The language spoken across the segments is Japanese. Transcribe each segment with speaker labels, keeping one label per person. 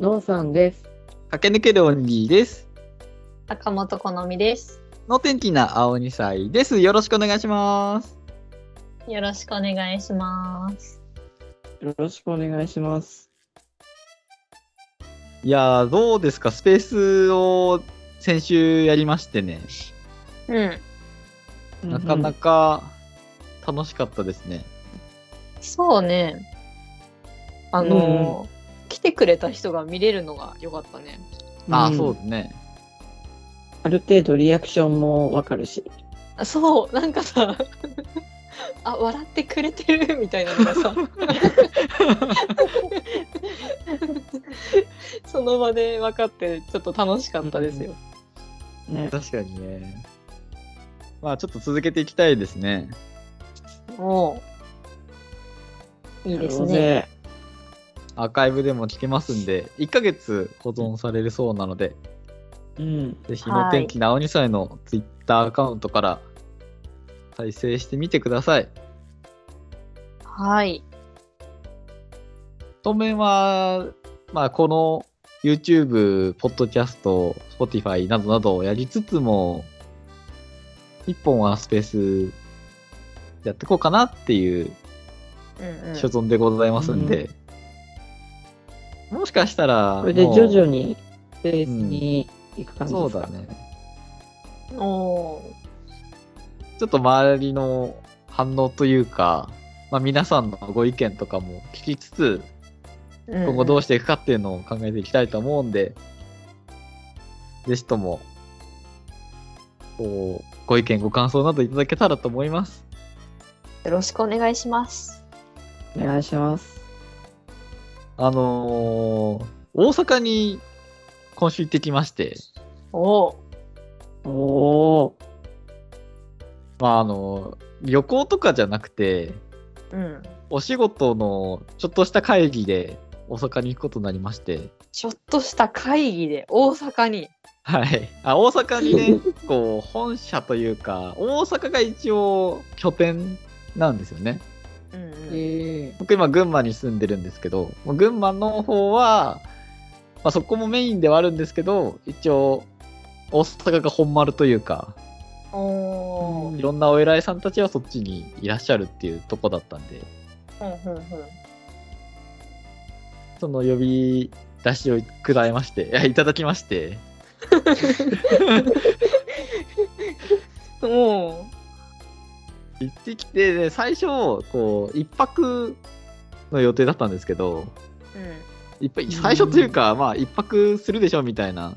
Speaker 1: のうさんです。
Speaker 2: 駆け抜けるおにぎりです。
Speaker 3: 坂本好みです。
Speaker 2: の天気な青二歳です。よろしくお願いします。
Speaker 3: よろしくお願いします。
Speaker 1: よろしくお願いします。
Speaker 2: いやー、どうですかスペースを先週やりましてね。
Speaker 3: うん。
Speaker 2: なかなか楽しかったですね。
Speaker 3: そうね。あのー、来てくれた人が見れるのが良かったね。
Speaker 2: ああ、
Speaker 1: ん
Speaker 2: そう。ね。
Speaker 1: ある程度リアクションもわかるし。
Speaker 3: あそう、なんかさ、あ、笑ってくれてるみたいなのが さ、その場で分かって、ちょっと楽しかったですよ。
Speaker 1: ね。
Speaker 2: 確かにね。まあ、ちょっと続けていきたいですね。
Speaker 3: もう、いいですね。
Speaker 1: ね。
Speaker 2: アーカイブでも聞けますんで、1ヶ月保存されるそうなので、
Speaker 1: うん。
Speaker 2: ぜひ、
Speaker 3: はい
Speaker 2: の天気な青二歳のツイッターアカウントから再生してみてください。
Speaker 3: はい。
Speaker 2: 当面は、まあ、この YouTube、Podcast、Spotify などなどをやりつつも、一本はスペースやってこうかなっていう
Speaker 3: うんうん
Speaker 2: 所存でございますんで、もしかしたら、
Speaker 1: これで
Speaker 2: もう
Speaker 1: 徐々にスペースに行く感じ
Speaker 2: そ
Speaker 1: で
Speaker 2: う
Speaker 1: すか。
Speaker 2: だね。
Speaker 3: おー
Speaker 2: ちょっと周りの反応というか、まあ、皆さんのご意見とかも聞きつつ、
Speaker 3: うんうん
Speaker 2: 今後どうしていくかっていうのを考えていきたいと思うんで、ぜひとも、こう、ご意見、ご感想などいただけたらと思います。
Speaker 3: よろしくお願いします。
Speaker 1: お願いします。
Speaker 2: あのー大阪に今週行ってきまして、
Speaker 3: おお。
Speaker 1: おお
Speaker 2: まあ、あのー旅行とかじゃなくて、
Speaker 3: うん。
Speaker 2: お仕事のちょっとした会議で大阪に行くことになりまして、
Speaker 3: ちょっとした会議で大阪に。
Speaker 2: はい。あ、大阪に ね、こう、本社というか、大阪が一応拠点なんですよね。
Speaker 3: うんうん
Speaker 1: ー。え
Speaker 2: 僕今群馬に住んでるんですけどもう群馬の方は、まあ、そこもメインではあるんですけど一応大阪が本丸というか
Speaker 3: おー
Speaker 2: いろんなお偉いさんたちはそっちにいらっしゃるっていうとこだったんで
Speaker 3: ふんふんふん
Speaker 2: その呼び出しをくらいましてい やいただきまして
Speaker 3: も
Speaker 2: 行ってきて、ね、最初こう一泊の予定だったんですけど
Speaker 3: う、
Speaker 2: いっぱい最初というか、まあ一泊するでしょみたいな、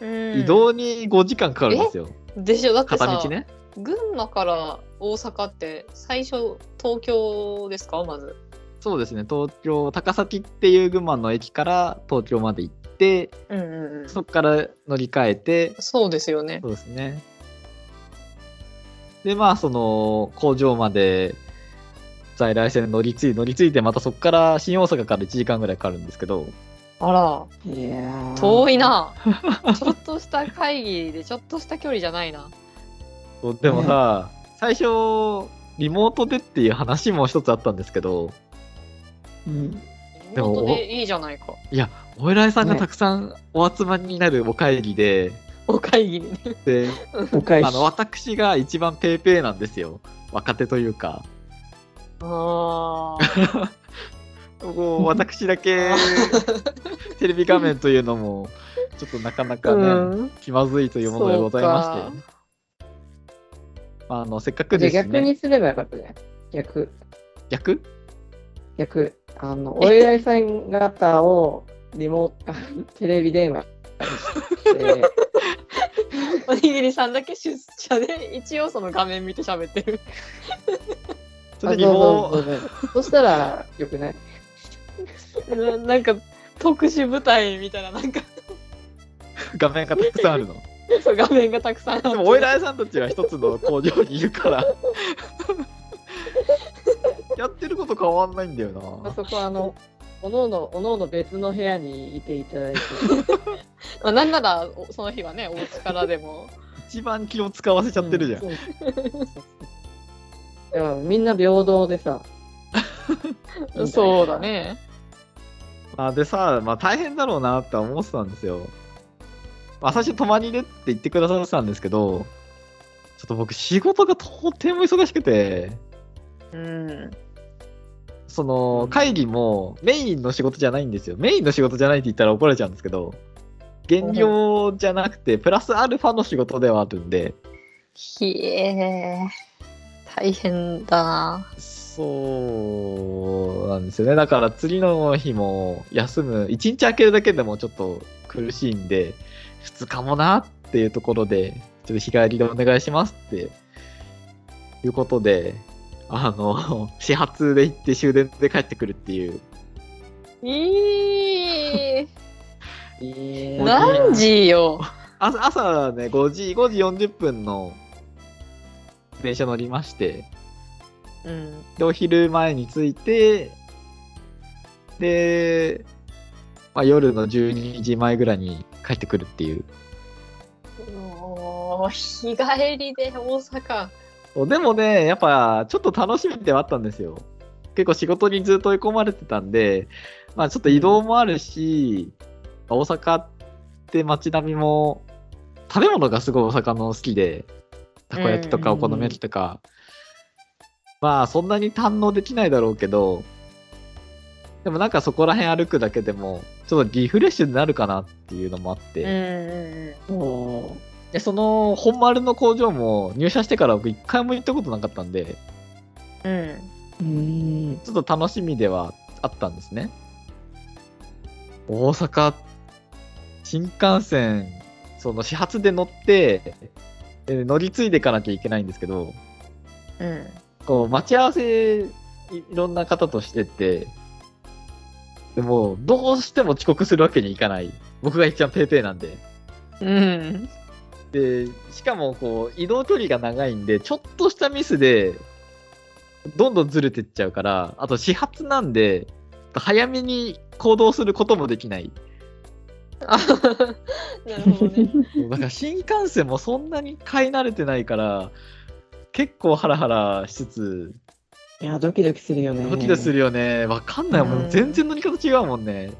Speaker 3: うん
Speaker 2: 移動に5時間かかるんですよ
Speaker 3: でしょだって
Speaker 2: 片
Speaker 3: さ
Speaker 2: 道、ね
Speaker 3: 群馬から大阪って最初東京ですかまず。
Speaker 2: そうですね、東京、高崎っていう群馬の駅から東京まで行って、
Speaker 3: うんうんうん。
Speaker 2: そこから乗り換えて、
Speaker 3: そうですよね。
Speaker 2: そうですね。で、まあ、その工場まで在来線乗り継い、乗り継いで、またそこから新大阪から1時間ぐらいかかるんですけど、
Speaker 3: あら、
Speaker 1: ー。いやー
Speaker 3: 遠い。な。 ちょっとした会議でちょっとした距離じゃないな。
Speaker 2: そうでもさ、最初、リモートでっていう話も一つあったんですけど、
Speaker 1: うん。
Speaker 2: でも
Speaker 3: 本当でいいじゃないか。
Speaker 2: いや、お偉いさんが
Speaker 1: ね
Speaker 2: たくさんお集まりになるお会議で、
Speaker 3: お会議にね。
Speaker 2: で、
Speaker 1: お返し
Speaker 2: あ。の私が一番ペーペーなんですよ若手というか
Speaker 3: ああ。
Speaker 2: こう私 だけテレビ画面というのもちょっとなかなかね、
Speaker 3: うん
Speaker 2: 気まずいというものでございましてあのせっかく
Speaker 1: じゃ
Speaker 2: で
Speaker 1: あ
Speaker 2: すね
Speaker 1: 逆にすればよかったね。逆。
Speaker 2: 逆
Speaker 1: 逆。あの、お偉いさん方をリモート、テレビ電話 して。
Speaker 3: おにぎりさんだけ出社で一応その画面見て喋ってる
Speaker 2: それにも
Speaker 1: あそうそうそうそうそしたら、よくない
Speaker 3: ななんか特殊部隊みたいななんか
Speaker 2: 画面がたくさんある の
Speaker 3: そう画面がたくさんあって
Speaker 2: でもお偉いさんたちは一つの工場にいる からやってること変わんないんだよ
Speaker 1: まあ、
Speaker 2: な
Speaker 1: そこはあの、おのおの、おのおの別の部屋にいていただいて、
Speaker 3: まあなんならおその日はねお家からでも
Speaker 2: 一番気を使わせ ちゃってるじゃん、
Speaker 1: うで
Speaker 3: 、
Speaker 1: もみんな平等でさ
Speaker 3: そうだね
Speaker 2: あでさ、まあ、大変だろうなって思ってたんですよ。まあ、最初、泊まりでって言ってくださってたんですけど、ちょっと僕、仕事がとても忙しくて、
Speaker 3: うん。
Speaker 2: その会議もメインの仕事じゃないんですよ。メインの仕事じゃないって言ったら怒られちゃうんですけど、減量じゃなくて、プラスアルファの仕事ではあるんで、
Speaker 3: ひえー。大変だな。
Speaker 2: そうなんですよね。だから次の日も休む、一日空けるだけでもちょっと苦しいんで、2日もなっていうところで、ちょっと日帰りでお願いしますっていうことで、あの、 始発で行って終電で帰ってくるっていう。
Speaker 3: ええ
Speaker 1: え
Speaker 3: ー。何時よ。
Speaker 2: 朝朝ね、5時、5時40分の電車乗りまして、
Speaker 3: うん。
Speaker 2: で、お昼前に着いて、で、まあ、夜の12時前ぐらいに帰ってくるっていう。
Speaker 3: おー日帰りで大阪。
Speaker 2: でもね、やっぱちょっと楽しみではあったんですよ。結構仕事にずっと追い込まれてたんで、まあ、ちょっと移動もあるし、大阪って街並みも、食べ物がすごい大阪の好きで、たこ焼きとか
Speaker 1: う
Speaker 2: お
Speaker 1: ん
Speaker 2: 好み焼きとか、まあそんなに堪能できないだろうけど、でもなんかそこら辺歩くだけでも、ちょっとリフレッシュになるかなっていうのもあって、
Speaker 3: うんうんうん。
Speaker 1: おー
Speaker 2: でその本丸の工場も入社してから僕一回も行ったことなかったんで、
Speaker 3: うん。
Speaker 1: うーん
Speaker 2: ちょっと楽しみではあったんですね。大阪、新幹線、その始発で乗って、えー乗り継いでいかなきゃいけないんですけど、
Speaker 3: うん。
Speaker 2: こう待ち合わせいいろんな方としてて、でもどうしても遅刻するわけにいかない。僕が一番ペーペーなんで。
Speaker 3: うん。
Speaker 2: で、しかもこう移動距離が長いんで、ちょっとしたミスで、どんどんずれてっちゃうから、あと始発なんで、早めに行動することもできない。
Speaker 3: あなるほどね。
Speaker 2: だから新幹線もそんなに買い慣れてないから、結構ハラハラしつつ、
Speaker 1: いや、ドキドキするよね。
Speaker 2: ドキドキするよね。わかんないも。
Speaker 3: うんん
Speaker 2: 全然乗り方違うもんね。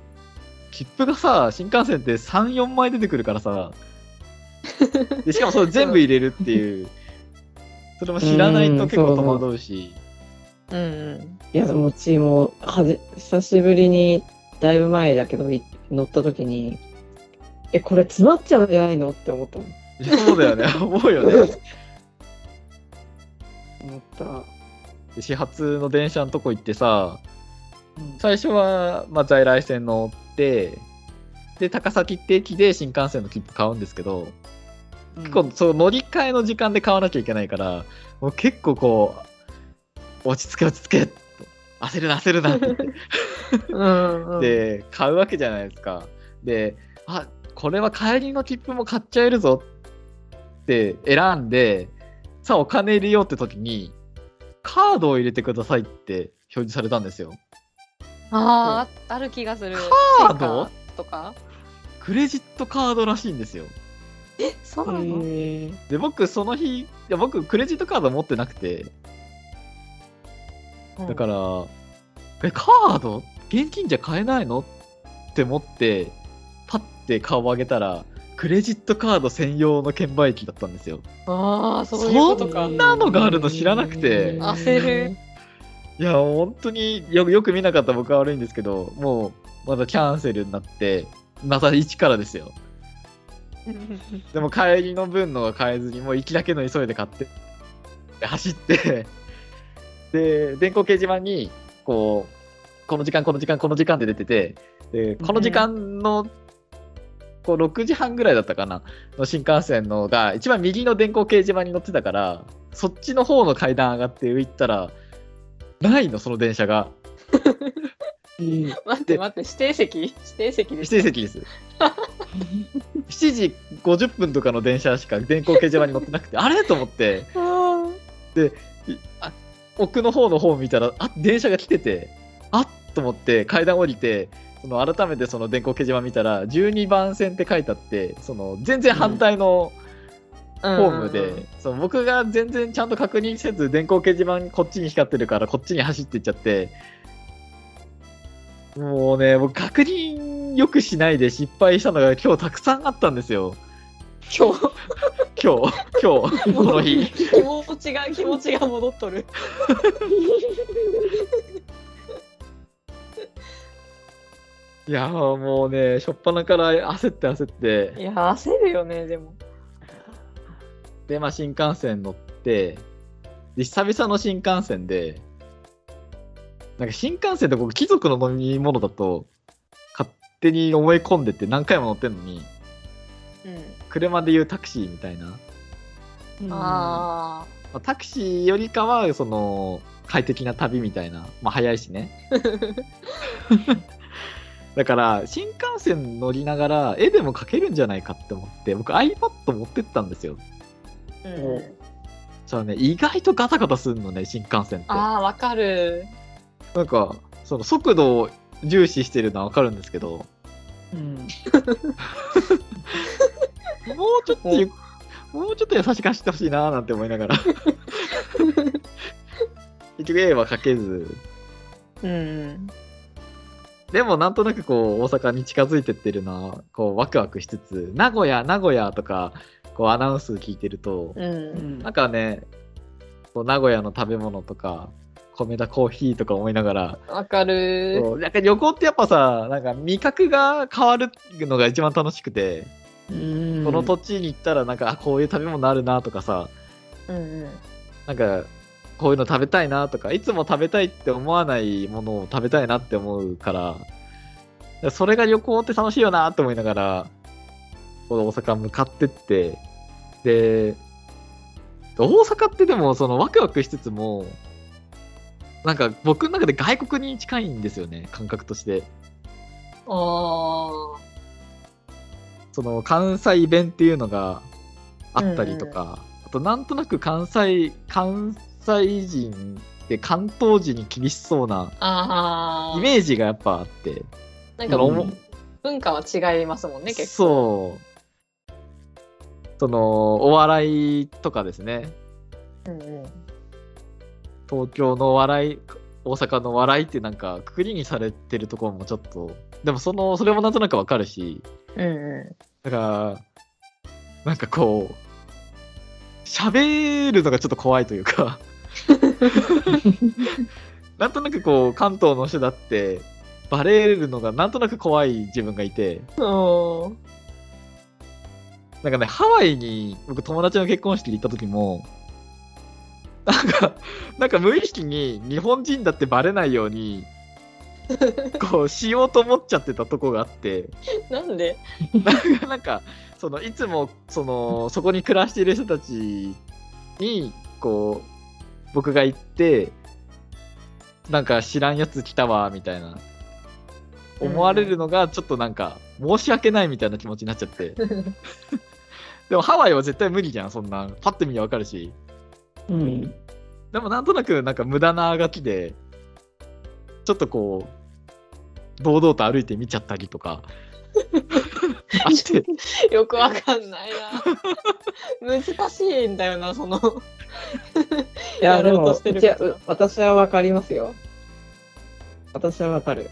Speaker 2: 切符がさ、新幹線って3、4枚出てくるから さ。でしかもそれ全部入れるっていう。それも知らないと結構戸惑うし。
Speaker 3: うんうん。
Speaker 1: いや、でもうちもはじ、久しぶりに、だいぶ前だけど、い乗った時に、え、これ詰まっちゃうんじゃないのって思ったもん
Speaker 2: いやそうだよね。思うよね。
Speaker 1: 思った。
Speaker 2: で始発の電車のとこ行ってさ、
Speaker 1: うん
Speaker 2: 最初は、まあ、在来線乗って、で、高崎って駅で新幹線の切符買うんですけど、結構そう乗り換えの時間で買わなきゃいけないからもう結構こう落ち着け落ち着け焦るな焦るなって言っ
Speaker 3: うんうん、
Speaker 2: て買うわけじゃないですかであこれは帰りの切符も買っちゃえるぞって選んでさあお金入れようって時にカードを入れてくださいって表示されたんですよ
Speaker 3: ああ、ある気がする。
Speaker 2: カード
Speaker 3: とか
Speaker 2: クレジットカードらしいんですよ
Speaker 3: え、そうなの、、
Speaker 1: へー
Speaker 2: で僕その日いや僕クレジットカード持ってなくてだからら、え、カード現金じゃ買えないのって思って、パッて顔を上げたら、クレジットカード専用の券売機だったんですよ。
Speaker 3: ああ、そういうことか
Speaker 2: そ。んなのがあるの知らなくて
Speaker 3: 焦る。
Speaker 2: いや、本当によよく見なかった僕は悪いんですけど、もう、まだキャンセルになって、また一からですよ。でも帰りの分のは買えずに、もう行きだけの急いで買って、走って、 で、電光掲示板に、こう、この時間、この時間、この時間って出てて、でこの時間の、こう、6時半ぐらいだったかな、の新幹線のが、一番右の電光掲示板に乗ってたから、そっちの方の階段上がって上行ったら、ないの、その電車が。
Speaker 1: うん
Speaker 3: 待って待って、指定席指定席で
Speaker 2: 指
Speaker 3: す。
Speaker 2: 定席です。7時50分とかの電車しか電光掲示板に乗ってなくて、あれと思って。
Speaker 3: あ
Speaker 2: いあ奥の方の方見たらあ電車が来ててあっと思って階段降りてその改めてその電光掲示板見たら12番線って書いてあってその全然反対の
Speaker 3: ー
Speaker 2: ホームで、その僕が全然ちゃんと確認せず電光掲示板こっちに光ってるからこっちに走っていっちゃってもうね、僕確認よくしないで失敗したのが今日たくさんあったんですよ。
Speaker 3: 今日
Speaker 2: 今日、今日、この日。
Speaker 3: 気持ちが気持ちが戻っとる
Speaker 2: いやーもうね、初っ端から焦って焦って
Speaker 3: い。や焦るよねでも
Speaker 2: で、まあ、新幹線乗ってで久々の新幹線でなんか新幹線って僕貴族の飲み物だと勝手に思い込んでて何回も乗ってんのに
Speaker 3: うん
Speaker 2: 車で言うタクシーみたいな、ま
Speaker 3: あ
Speaker 2: あ、タクシーよりかはその快適な旅みたいな、まあ、早いしねだから新幹線乗りながら絵でも描けるんじゃないかって思って僕 iPad 持ってったんですよ
Speaker 3: あ、うん
Speaker 1: お
Speaker 2: それね意外とガタガタするのね新幹線って
Speaker 3: あーわかる
Speaker 2: なんか、その速度を重視してるのはわかるんですけど、
Speaker 1: うん
Speaker 2: もうちょっとゆ、もうちょっと優しく走ってほしいなーなんて思いなが ら。結局 A はかけず、
Speaker 3: うん
Speaker 2: でもなんとなくこう、大阪に近づいてってるのは、こう、ワクワクしつつ、名古屋、名古屋とか、こう、アナウンス聞いてると、
Speaker 3: う
Speaker 1: うんん
Speaker 2: なんかね、こう、名古屋の食べ物とか、米田コーヒーとか思いながら、
Speaker 3: わかる
Speaker 2: こうなんか旅行ってやっぱさ、なんか味覚が変わるのが一番楽しくて、
Speaker 1: うん
Speaker 2: この土地に行ったらなんかあこういう食べ物あるなとかさ
Speaker 3: うんうん
Speaker 2: なんかこういうの食べたいなとかいつも食べたいって思わないものを食べたいなって思うからそれが旅行って楽しいよなって思いながらこの大阪向かってってで大阪ってでもそのワクワクしつつもなんか僕の中で外国に近いんですよね感覚として
Speaker 3: あ
Speaker 2: その関西弁っていうのがあったりとか、あとなんとなく関西関西人って関東人に厳しそうな
Speaker 3: あああ
Speaker 2: イメージがやっぱあって
Speaker 3: なん
Speaker 2: だか
Speaker 3: か
Speaker 2: ら
Speaker 1: 思
Speaker 2: お
Speaker 1: う
Speaker 2: も
Speaker 3: 文化は違いますもんね結構
Speaker 2: そうそのお笑いとかですね
Speaker 3: うんうん
Speaker 2: 東京のお笑い大阪のお笑いってなんかくくりにされてるところもちょっとでもそのそれもなんとなくわかるし
Speaker 3: うんう
Speaker 2: だから、なんかこう、喋るのがちょっと怖いというか、なんとなくこう、関東の人だって、バレるのがなんとなく怖い自分がいて、
Speaker 3: んおー
Speaker 2: なんかね、ハワイに僕友達の結婚式で行った時も、なんか、なんか無意識に日本人だってバレないように、こうしようと思っちゃってたとこがあって、
Speaker 3: なんで
Speaker 2: なんかそのいつもそのそこに暮らしている人たちにこう僕が行ってなんか知らんやつ来たわみたいな思われるのがちょっとなんか申し訳ないみたいな気持ちになっちゃってでもハワイは絶対無理じゃんそんなパッと見りゃわかるし
Speaker 1: うん
Speaker 2: でもなんとなくなんか無駄なあがきでちょっとこう堂々と歩いて見ちゃったりとかあして
Speaker 3: よくわかんないな難しいんだよなその
Speaker 1: いや、
Speaker 3: や
Speaker 1: で
Speaker 3: ろうと
Speaker 1: も、
Speaker 3: してる
Speaker 1: いやう私はわかりますよ。私はわか る。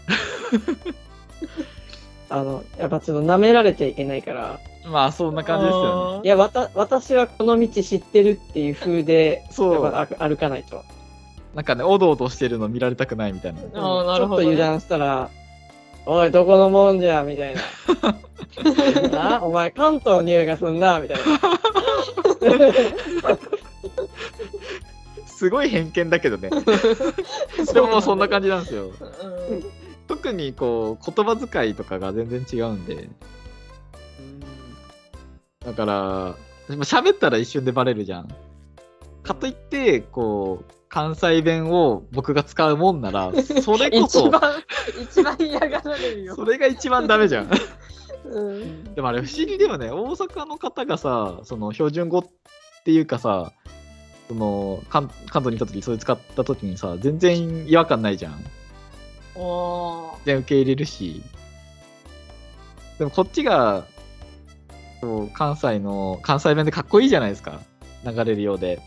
Speaker 1: あの、やっぱちょっと舐められちゃいけないから、
Speaker 2: まあそんな感じですよね
Speaker 1: いや、わた、私はこの道知ってるっていう風で、
Speaker 2: そう
Speaker 1: やっぱあ歩かないと。
Speaker 2: なんかね、おどおどしてるの見られたくないみたいな。
Speaker 3: あー
Speaker 1: うん
Speaker 3: なるほどね
Speaker 1: ちょっと油断したら、おい、どこのもんじゃ、みた いな。なお前、関東の匂いがすんな、みたいな。
Speaker 2: すごい偏見だけ どね。で
Speaker 3: で
Speaker 2: ももう
Speaker 3: も
Speaker 2: そ
Speaker 3: そ
Speaker 2: ん
Speaker 3: ん
Speaker 2: な
Speaker 3: な
Speaker 2: 感じなんですよ。
Speaker 3: うん
Speaker 2: 特にこう、言葉遣いとかが全然違うんで。だから、でも喋ったら一瞬でバレるじゃん。かといって、こう、関西弁を僕が使うもんなら、それこ
Speaker 3: 一
Speaker 2: そ、
Speaker 3: 番一番嫌がられるよ
Speaker 2: それが一番ダメじゃん。
Speaker 3: うん
Speaker 2: でもあれ不思議だよね。大阪の方がさ、その標準語っていうかさ、その関関東に来た時それ使った時にさ、全然違和感ないじゃん。
Speaker 3: おー
Speaker 2: 然受け入れるし、でもこっちが、そう関西の、関西弁でかっこいいじゃないですか。流れるようで。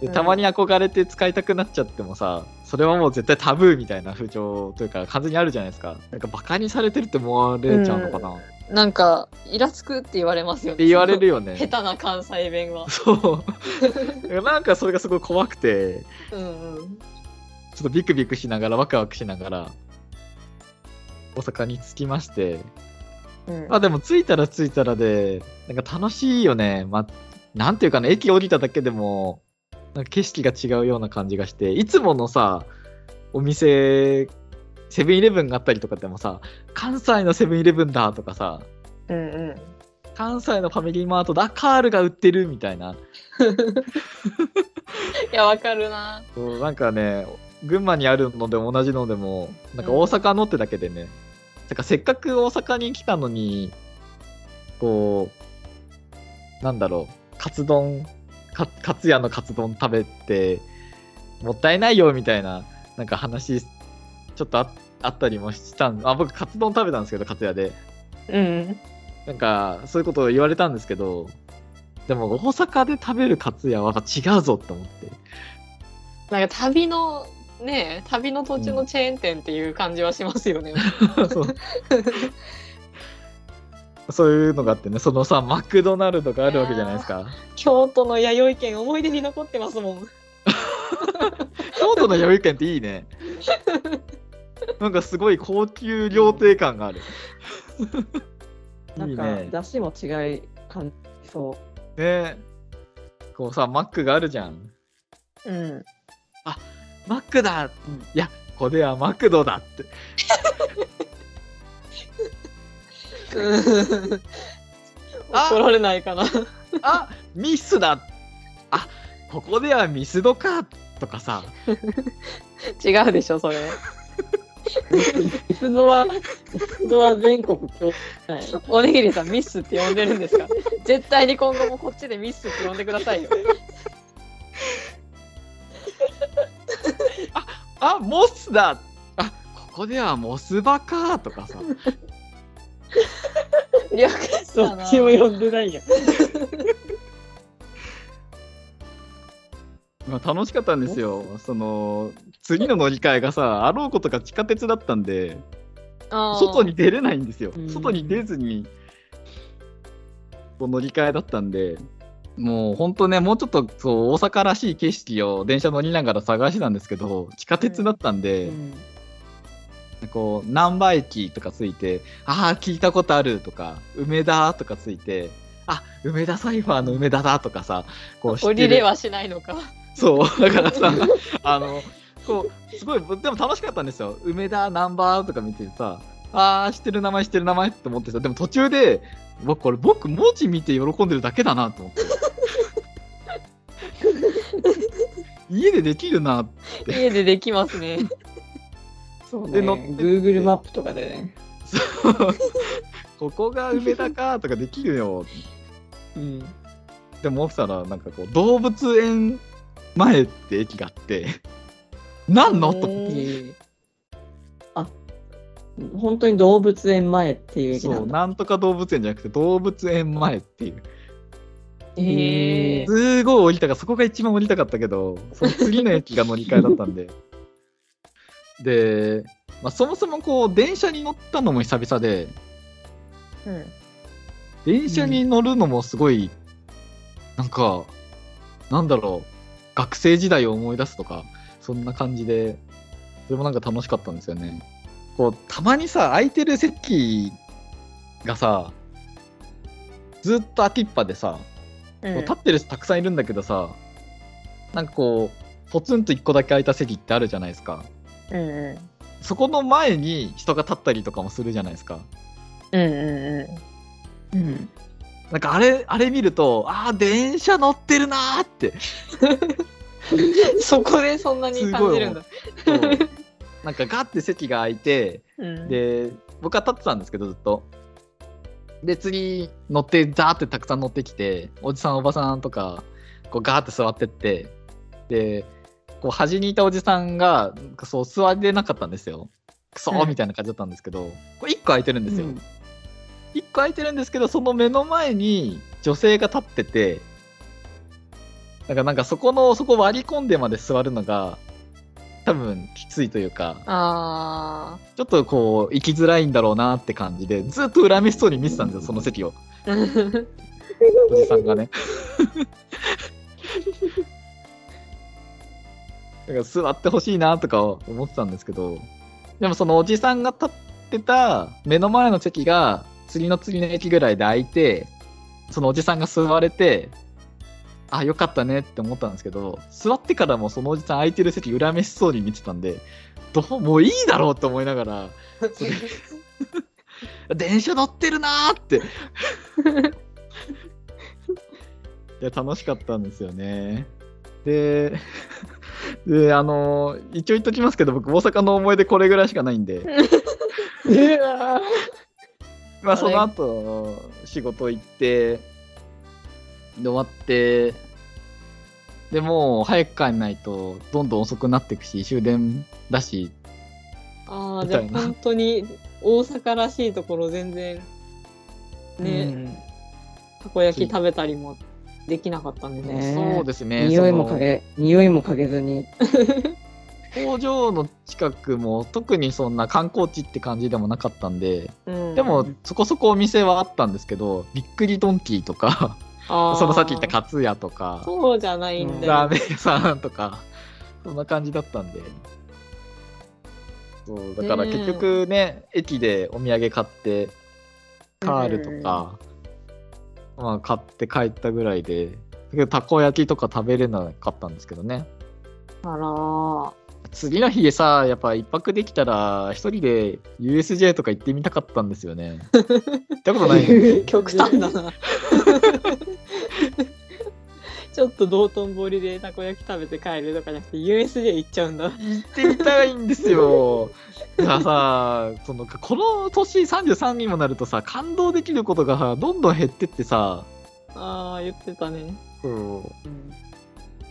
Speaker 2: で
Speaker 3: うん
Speaker 2: たまに憧れて使いたくなっちゃってもさ、それはもう絶対タブーみたいな風潮というか完全にあるじゃないですかなんかバカにされてるって思われちゃうのかな、っ
Speaker 3: なんかイラつくって言われますよね
Speaker 2: て言われるよね
Speaker 3: 下手な関西弁は
Speaker 2: そう なんかそれがすごい怖くて
Speaker 3: うんうん
Speaker 2: ちょっとビクビクしながらワクワクしながら大阪に着きまして
Speaker 3: うん
Speaker 2: まあでも着いたら着いたらでなんか楽しいよね、まあ、なんていうかな駅降りただけでもなんか景色が違うような感じがしていつものさお店セブンイレブンがあったりとかでもさ関西のセブンイレブンだとかさ
Speaker 3: うんうん
Speaker 2: 関西のファミリーマートだカールが売ってるみたいない
Speaker 3: やわかるな
Speaker 2: そうなんかね群馬にあるのでも同じのでもなんか大阪のってだけでね、なんかせっかく大阪に来たのにこうなんだろうカツ丼かカツ屋のカツ丼食べてもったいないよみたいななんか話ちょっとああったりもしたんあ僕カツ丼食べたんですけどカツ屋で
Speaker 3: うん
Speaker 2: なんかそういうことを言われたんですけどでも大阪で食べるカツ屋は違うぞって思って
Speaker 3: なんか旅のね旅の途中のチェーン店っていう感じはしますよね、
Speaker 2: そうそういうのがあってね、そのさ、マクドナルドがあるわけじゃないですか。
Speaker 3: 京都の弥生県思い出に残ってますもん
Speaker 2: 京都の弥生県っていいね。なんかすごい高級料亭感がある。
Speaker 1: ないん
Speaker 2: い
Speaker 1: か
Speaker 2: ね。
Speaker 1: 出汁も違い感じそ
Speaker 2: ねこうさ、マックがあるじゃん。
Speaker 3: うん
Speaker 2: マックだ、
Speaker 1: うん
Speaker 2: いや、これはマクドだって。 あ
Speaker 3: 怒られないかな
Speaker 2: あミスだあここではミスドかとかさ。
Speaker 3: 違うでしょそれ
Speaker 1: う。ミスドは、ミスドは全国共通ない。
Speaker 3: おにぎりさんミスって呼んでるんですか絶対に今後もこっちでミスって呼んでくださいよ
Speaker 2: あモスだあここではモスバかとかさ。
Speaker 3: 了解
Speaker 1: ど
Speaker 3: した
Speaker 1: っ
Speaker 3: な
Speaker 1: ちも呼んでないや。
Speaker 2: まあ、楽しかったんですよ。その次の乗り換えがさ、あろうことか地下鉄だったんで、
Speaker 3: あー
Speaker 2: 外に出れないんですよ
Speaker 1: うん。
Speaker 2: 外に出ずに、こう乗り換えだったんで、もう本当ね、もうちょっとそう大阪らしい景色を電車乗りながら探してたんですけど、地下鉄だったんで、こう難波駅とかついて、ああ、聞いたことあるとか、梅田とかついて、あ梅田サイファーの梅田だとかさ、こう知っ
Speaker 3: 降
Speaker 2: て
Speaker 3: り
Speaker 2: る
Speaker 3: れはしないのか
Speaker 2: そう、だからさ、あの、こう、すごい、でも楽しかったんですよ。梅田ナンバーとか見てさ、あー、知ってる名前、知ってる名前って思ってさ、でも途中で、僕、これ、僕、文字見て喜んでるだけだなと思 って。家でできるな。
Speaker 3: 家でできますね
Speaker 1: そうね。
Speaker 2: で乗って
Speaker 1: Google マップとかでね。
Speaker 2: ここが梅田かとかできるよ。
Speaker 1: うん。
Speaker 2: でも、起きたら、なんかこう、動物園前って駅があって、なんのと思って
Speaker 3: うん
Speaker 1: あ、本当に動物園前っていう駅な
Speaker 2: そうん
Speaker 1: だ。
Speaker 2: なんとか動物園じゃなくて動物園前っていう
Speaker 3: へえ
Speaker 2: すごい降りたかそこが一番降りたかったけどその次の駅が乗り換えだったんでで、まあ、そもそもこう電車に乗ったのも久々で
Speaker 3: うん
Speaker 2: 電車に乗るのもすごい、なんかなんだろう学生時代を思い出すとかそんな感じでそれもなんか楽しかったんですよねこうたまにさ空いてる席がさずっと空きっぱでさ、
Speaker 3: うん
Speaker 2: 立ってる人たくさんいるんだけどさなんかこうポツンと1個だけ空いた席ってあるじゃないですか
Speaker 3: うんうん
Speaker 2: そこの前に人が立ったりとかもするじゃないですか
Speaker 3: うんう
Speaker 1: う
Speaker 3: んうん
Speaker 1: ん。
Speaker 2: なんかあれあれ見るとああ電車乗ってるなーって
Speaker 3: そこでそんなに感じるんだ。
Speaker 2: そうなんかガッて席が空いて
Speaker 3: うん、
Speaker 2: で僕は立ってたんですけどずっとで次乗ってザーってたくさん乗ってきておじさんおばさんとかこうガーって座ってってでこう端にいたおじさんがなんかそう座れなかったんですよクソ
Speaker 3: う
Speaker 2: ー
Speaker 3: ん
Speaker 2: みたいな感じだったんですけど、これ1個空いてるんですよ、
Speaker 1: うん
Speaker 2: 1個空いてるんですけどその目の前に女性が立っててなんかなんかそこのそこ割り込んでまで座るのが多分きついというか、
Speaker 3: あ
Speaker 2: ちょっとこう、行きづらいんだろうなって感じで、ずっと恨みしそうに見てたんですよ、その席を。
Speaker 3: ー
Speaker 2: おじさんがね。だから座ってほしいなとか思ってたんですけど、でもそのおじさんが立ってた目の前の席が次の次の駅ぐらいで空いて、そのおじさんが座れて、あ、よかったねって思ったんですけど、座ってからもそのおじさん空いてる席恨めしそうに見てたんで、どうもういいだろうって思いながら、電車乗ってるなーって。 いや楽しかったんですよね。で、 であの一応言っときますけど、僕、大阪の思い出これぐらいしかないんで、
Speaker 1: うわ
Speaker 2: まあ、
Speaker 3: そ
Speaker 2: そ
Speaker 3: れ
Speaker 2: の後仕事行って、で終わって、でもう早く帰んないと、どんどん遅くなっていくし、終電だし、
Speaker 3: あーじゃあ
Speaker 2: みたいな
Speaker 3: 本当に大阪らしいところ全然
Speaker 1: ー
Speaker 3: ね、たこ焼き食べたりもできなかったんで
Speaker 1: ね
Speaker 3: ね。
Speaker 1: え
Speaker 2: そうです
Speaker 1: う
Speaker 2: ね、
Speaker 1: ん匂いも
Speaker 2: その
Speaker 1: かげ、匂いもかげずに。
Speaker 2: 工場の近くも特にそんな観光地って感じでもなかったんで、
Speaker 3: うん
Speaker 2: でもそこそこお店はあったんですけど、びっくりドンキーとか、
Speaker 3: あー
Speaker 2: そのさっき言ったカツヤとか、
Speaker 3: そうじゃないんだ
Speaker 2: ラ
Speaker 3: よ
Speaker 2: ー。メン屋さんとか、そんな感じだったんで。そうだから
Speaker 3: ねえ
Speaker 2: 結局ね、駅でお土産買って、カールとか、まあ買って帰ったぐらいで、だけどたこ焼きとか食べれなかったんですけどね。
Speaker 3: あら
Speaker 2: 次の日さ、やっぱ一泊できたら、一人で USJ とか行ってみたかったんですよ ね。行ったことない
Speaker 3: 極端だな。 ちょっと道頓堀でたこ焼き食べて帰るとかじゃなくて USJ 行っちゃうんだ。
Speaker 2: 行ってみたいんですよ。だからさ、そのこの年33にもなるとさ、感動できることがさ、どんどん減ってってさ、
Speaker 3: ああ言ってたね。
Speaker 2: そう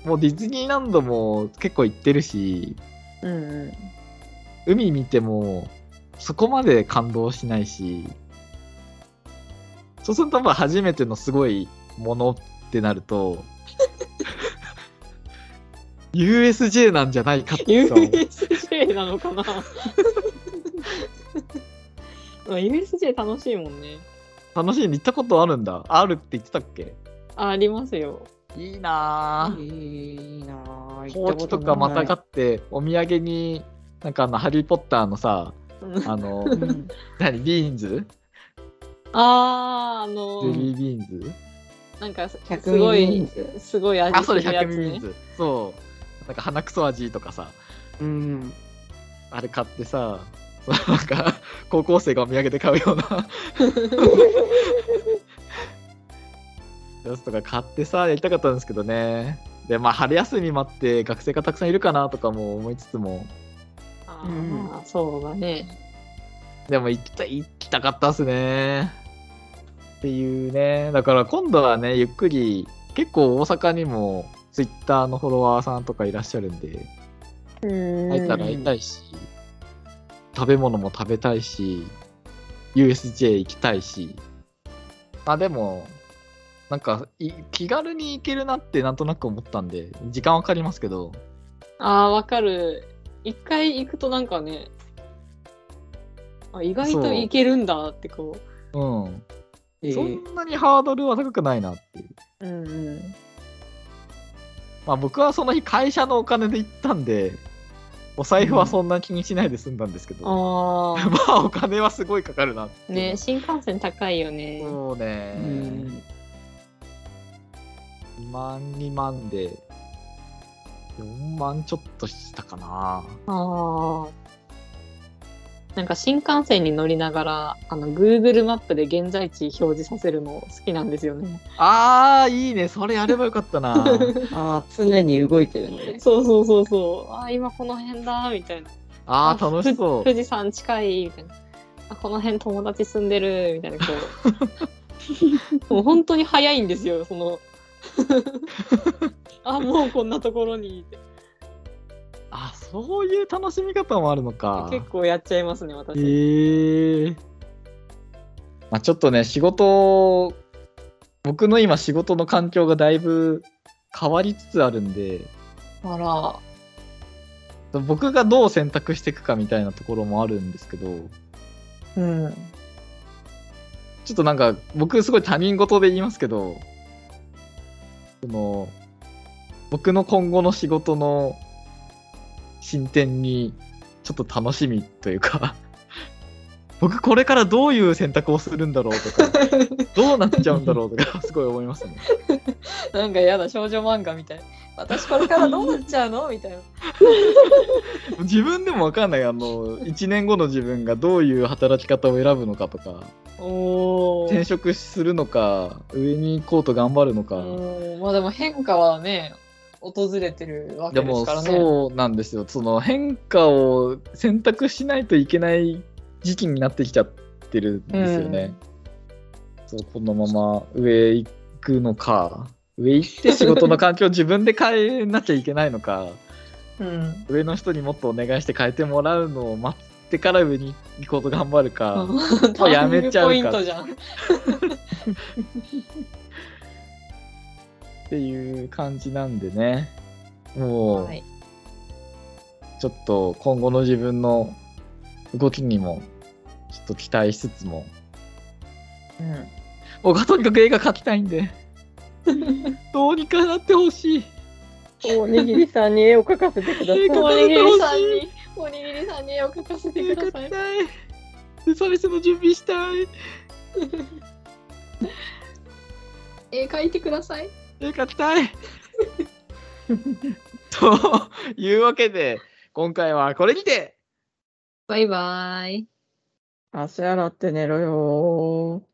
Speaker 2: もうディズニーランドも結構行ってるし、
Speaker 3: うんうん。
Speaker 2: 海見てもそこまで感動しないし、そうするとまあ初めてのすごいものってなると、USJ なんじゃないかってさ
Speaker 3: USJ なのかな まあ ?USJ 楽しいもんね。
Speaker 2: 楽しいに行ったことあるんだ。あるって言ってたっけ
Speaker 3: あありますよ。
Speaker 2: いいなぁ。
Speaker 1: いいなぁ。
Speaker 2: ほうきとかまたが
Speaker 1: っ
Speaker 2: って、お土産に、なんかあの、ハリー・ポッターの さ、
Speaker 3: うん
Speaker 2: あの、
Speaker 1: たことない。
Speaker 2: 何、ビーンズ
Speaker 3: あーあ
Speaker 2: ゼ
Speaker 3: の
Speaker 2: リービーンズ
Speaker 3: なんかす
Speaker 1: 100
Speaker 3: すご
Speaker 1: ミリ
Speaker 3: い
Speaker 1: リーズ
Speaker 3: すごい味
Speaker 2: あ、そ
Speaker 3: す
Speaker 2: れ
Speaker 3: るや
Speaker 2: 100
Speaker 3: つ
Speaker 2: ミリビーン
Speaker 3: ね。
Speaker 2: ズ。そう。なんか鼻くそ味とかさ。
Speaker 1: うん。
Speaker 2: あれ買ってさ、そのなんか、 高校生がお土産で買う ようなやつとか買ってさ、やりたかったんですけどね。で、まあ、春休み待って学生がたくさんいるかなとかも思いつつも、
Speaker 3: あーそうだね。
Speaker 2: でも行きた行きたかったっすね。っていうね。だから今度はね、ゆっくり、結構大阪にも Twitter のフォロワーさんとかいらっしゃるんで、会えたら会いたいし、食べ物も食べたいし、USJ 行きたいし、まあでも、なんかい気軽に行けるなってなんとなく思ったんで、時間はかかりますけど、
Speaker 3: ああわかる。一回行くとなんかねあ意外といけるんだってこ
Speaker 2: うん、
Speaker 1: え
Speaker 2: そ
Speaker 1: ー
Speaker 2: んなにハードルは高くないなっていう。
Speaker 3: う。うんうん。
Speaker 2: まあ僕はその日会社のお金で行ったんで、お財布はそんな気にしないで済んだんですけど、ま
Speaker 3: ああ
Speaker 2: あお金はすごいかかるな っていう。
Speaker 3: ね新幹線高いよね。
Speaker 2: そうね。
Speaker 1: うん
Speaker 2: 2万2万で4万ちょっとしたかな
Speaker 3: ああ。なんか新幹線に乗りながら、あの、Google マップで現在地表示させるの好きなんですよね。
Speaker 2: あーいいねそれやればよかったな
Speaker 1: ああ、常に動いてるね。
Speaker 3: そうそうそうそう。ああ、今この辺だ、みたいな。
Speaker 2: あー楽しそ
Speaker 3: ふ富士山近い、みたいな。あ、この辺友達住んでる、みたいな、こう。も う本当に早いんですよ、その。 あ、もうこんなところに。
Speaker 2: うあそういう楽しみ方もあるのか
Speaker 3: 結構やっちゃいますね、私。
Speaker 2: えーまあ、ちょっとね仕事僕の今仕事の環境がだいぶ変わりつつあるんで
Speaker 3: あら。
Speaker 2: 僕がどう選択していくかみたいなところもあるんですけど、
Speaker 3: うん。
Speaker 2: ちょっとなんか、僕すごい他人事で言いますけど、その、僕の今後の仕事の進展に、ちょっと楽しみというか、 僕これからどういう選択をするんだろうとか、どうなっちゃうんだろうとか、すごい思いますね。
Speaker 3: なんかやだ、少女漫画みたい。私これからどうなっちゃうのみたいな。
Speaker 2: 自分でもわかんない、あの、1年後の自分がどういう働き方を選ぶのかとか、
Speaker 3: お
Speaker 2: 転職するのか、上に行こうと頑張るのか、
Speaker 3: うんまあでも変化はね、訪れてるわ
Speaker 2: で
Speaker 3: けで
Speaker 2: も
Speaker 3: すからね。
Speaker 2: そうなんですよその変化を選択しないといけない時期になってきちゃってるんですよね、そうこのまま上行くのか上行って仕事の環境を自分で変えなきゃいけないのか
Speaker 3: うん。
Speaker 2: 上の人にもっとお願いして変えてもらうのを待ってから上に行こうと頑張るか、
Speaker 3: も
Speaker 2: やめちゃうか
Speaker 3: ポイントじゃん。
Speaker 2: っていう感じなんでねもう、
Speaker 3: はい。
Speaker 2: ちょっと今後の自分の動きにもちょっと期待しつつも
Speaker 3: うん
Speaker 2: 僕はとにかく絵が描きたいん でどうにかなってほしい
Speaker 1: おにぎりさんに絵を描かせてく ださい。
Speaker 2: 描
Speaker 3: お
Speaker 2: か
Speaker 3: に
Speaker 2: せ
Speaker 3: ぎ
Speaker 2: てほ
Speaker 3: りさん
Speaker 2: しい
Speaker 3: に、おにぎりさんに絵を描かせ
Speaker 2: 絵
Speaker 3: て
Speaker 2: が
Speaker 3: くださ
Speaker 2: 描き
Speaker 3: い。
Speaker 2: たいでサービスの準備したい
Speaker 3: 絵描いてください。
Speaker 2: 絵描きたい というわけで今回はこれにて
Speaker 3: バイバイ。
Speaker 1: 足洗って寝ろよー。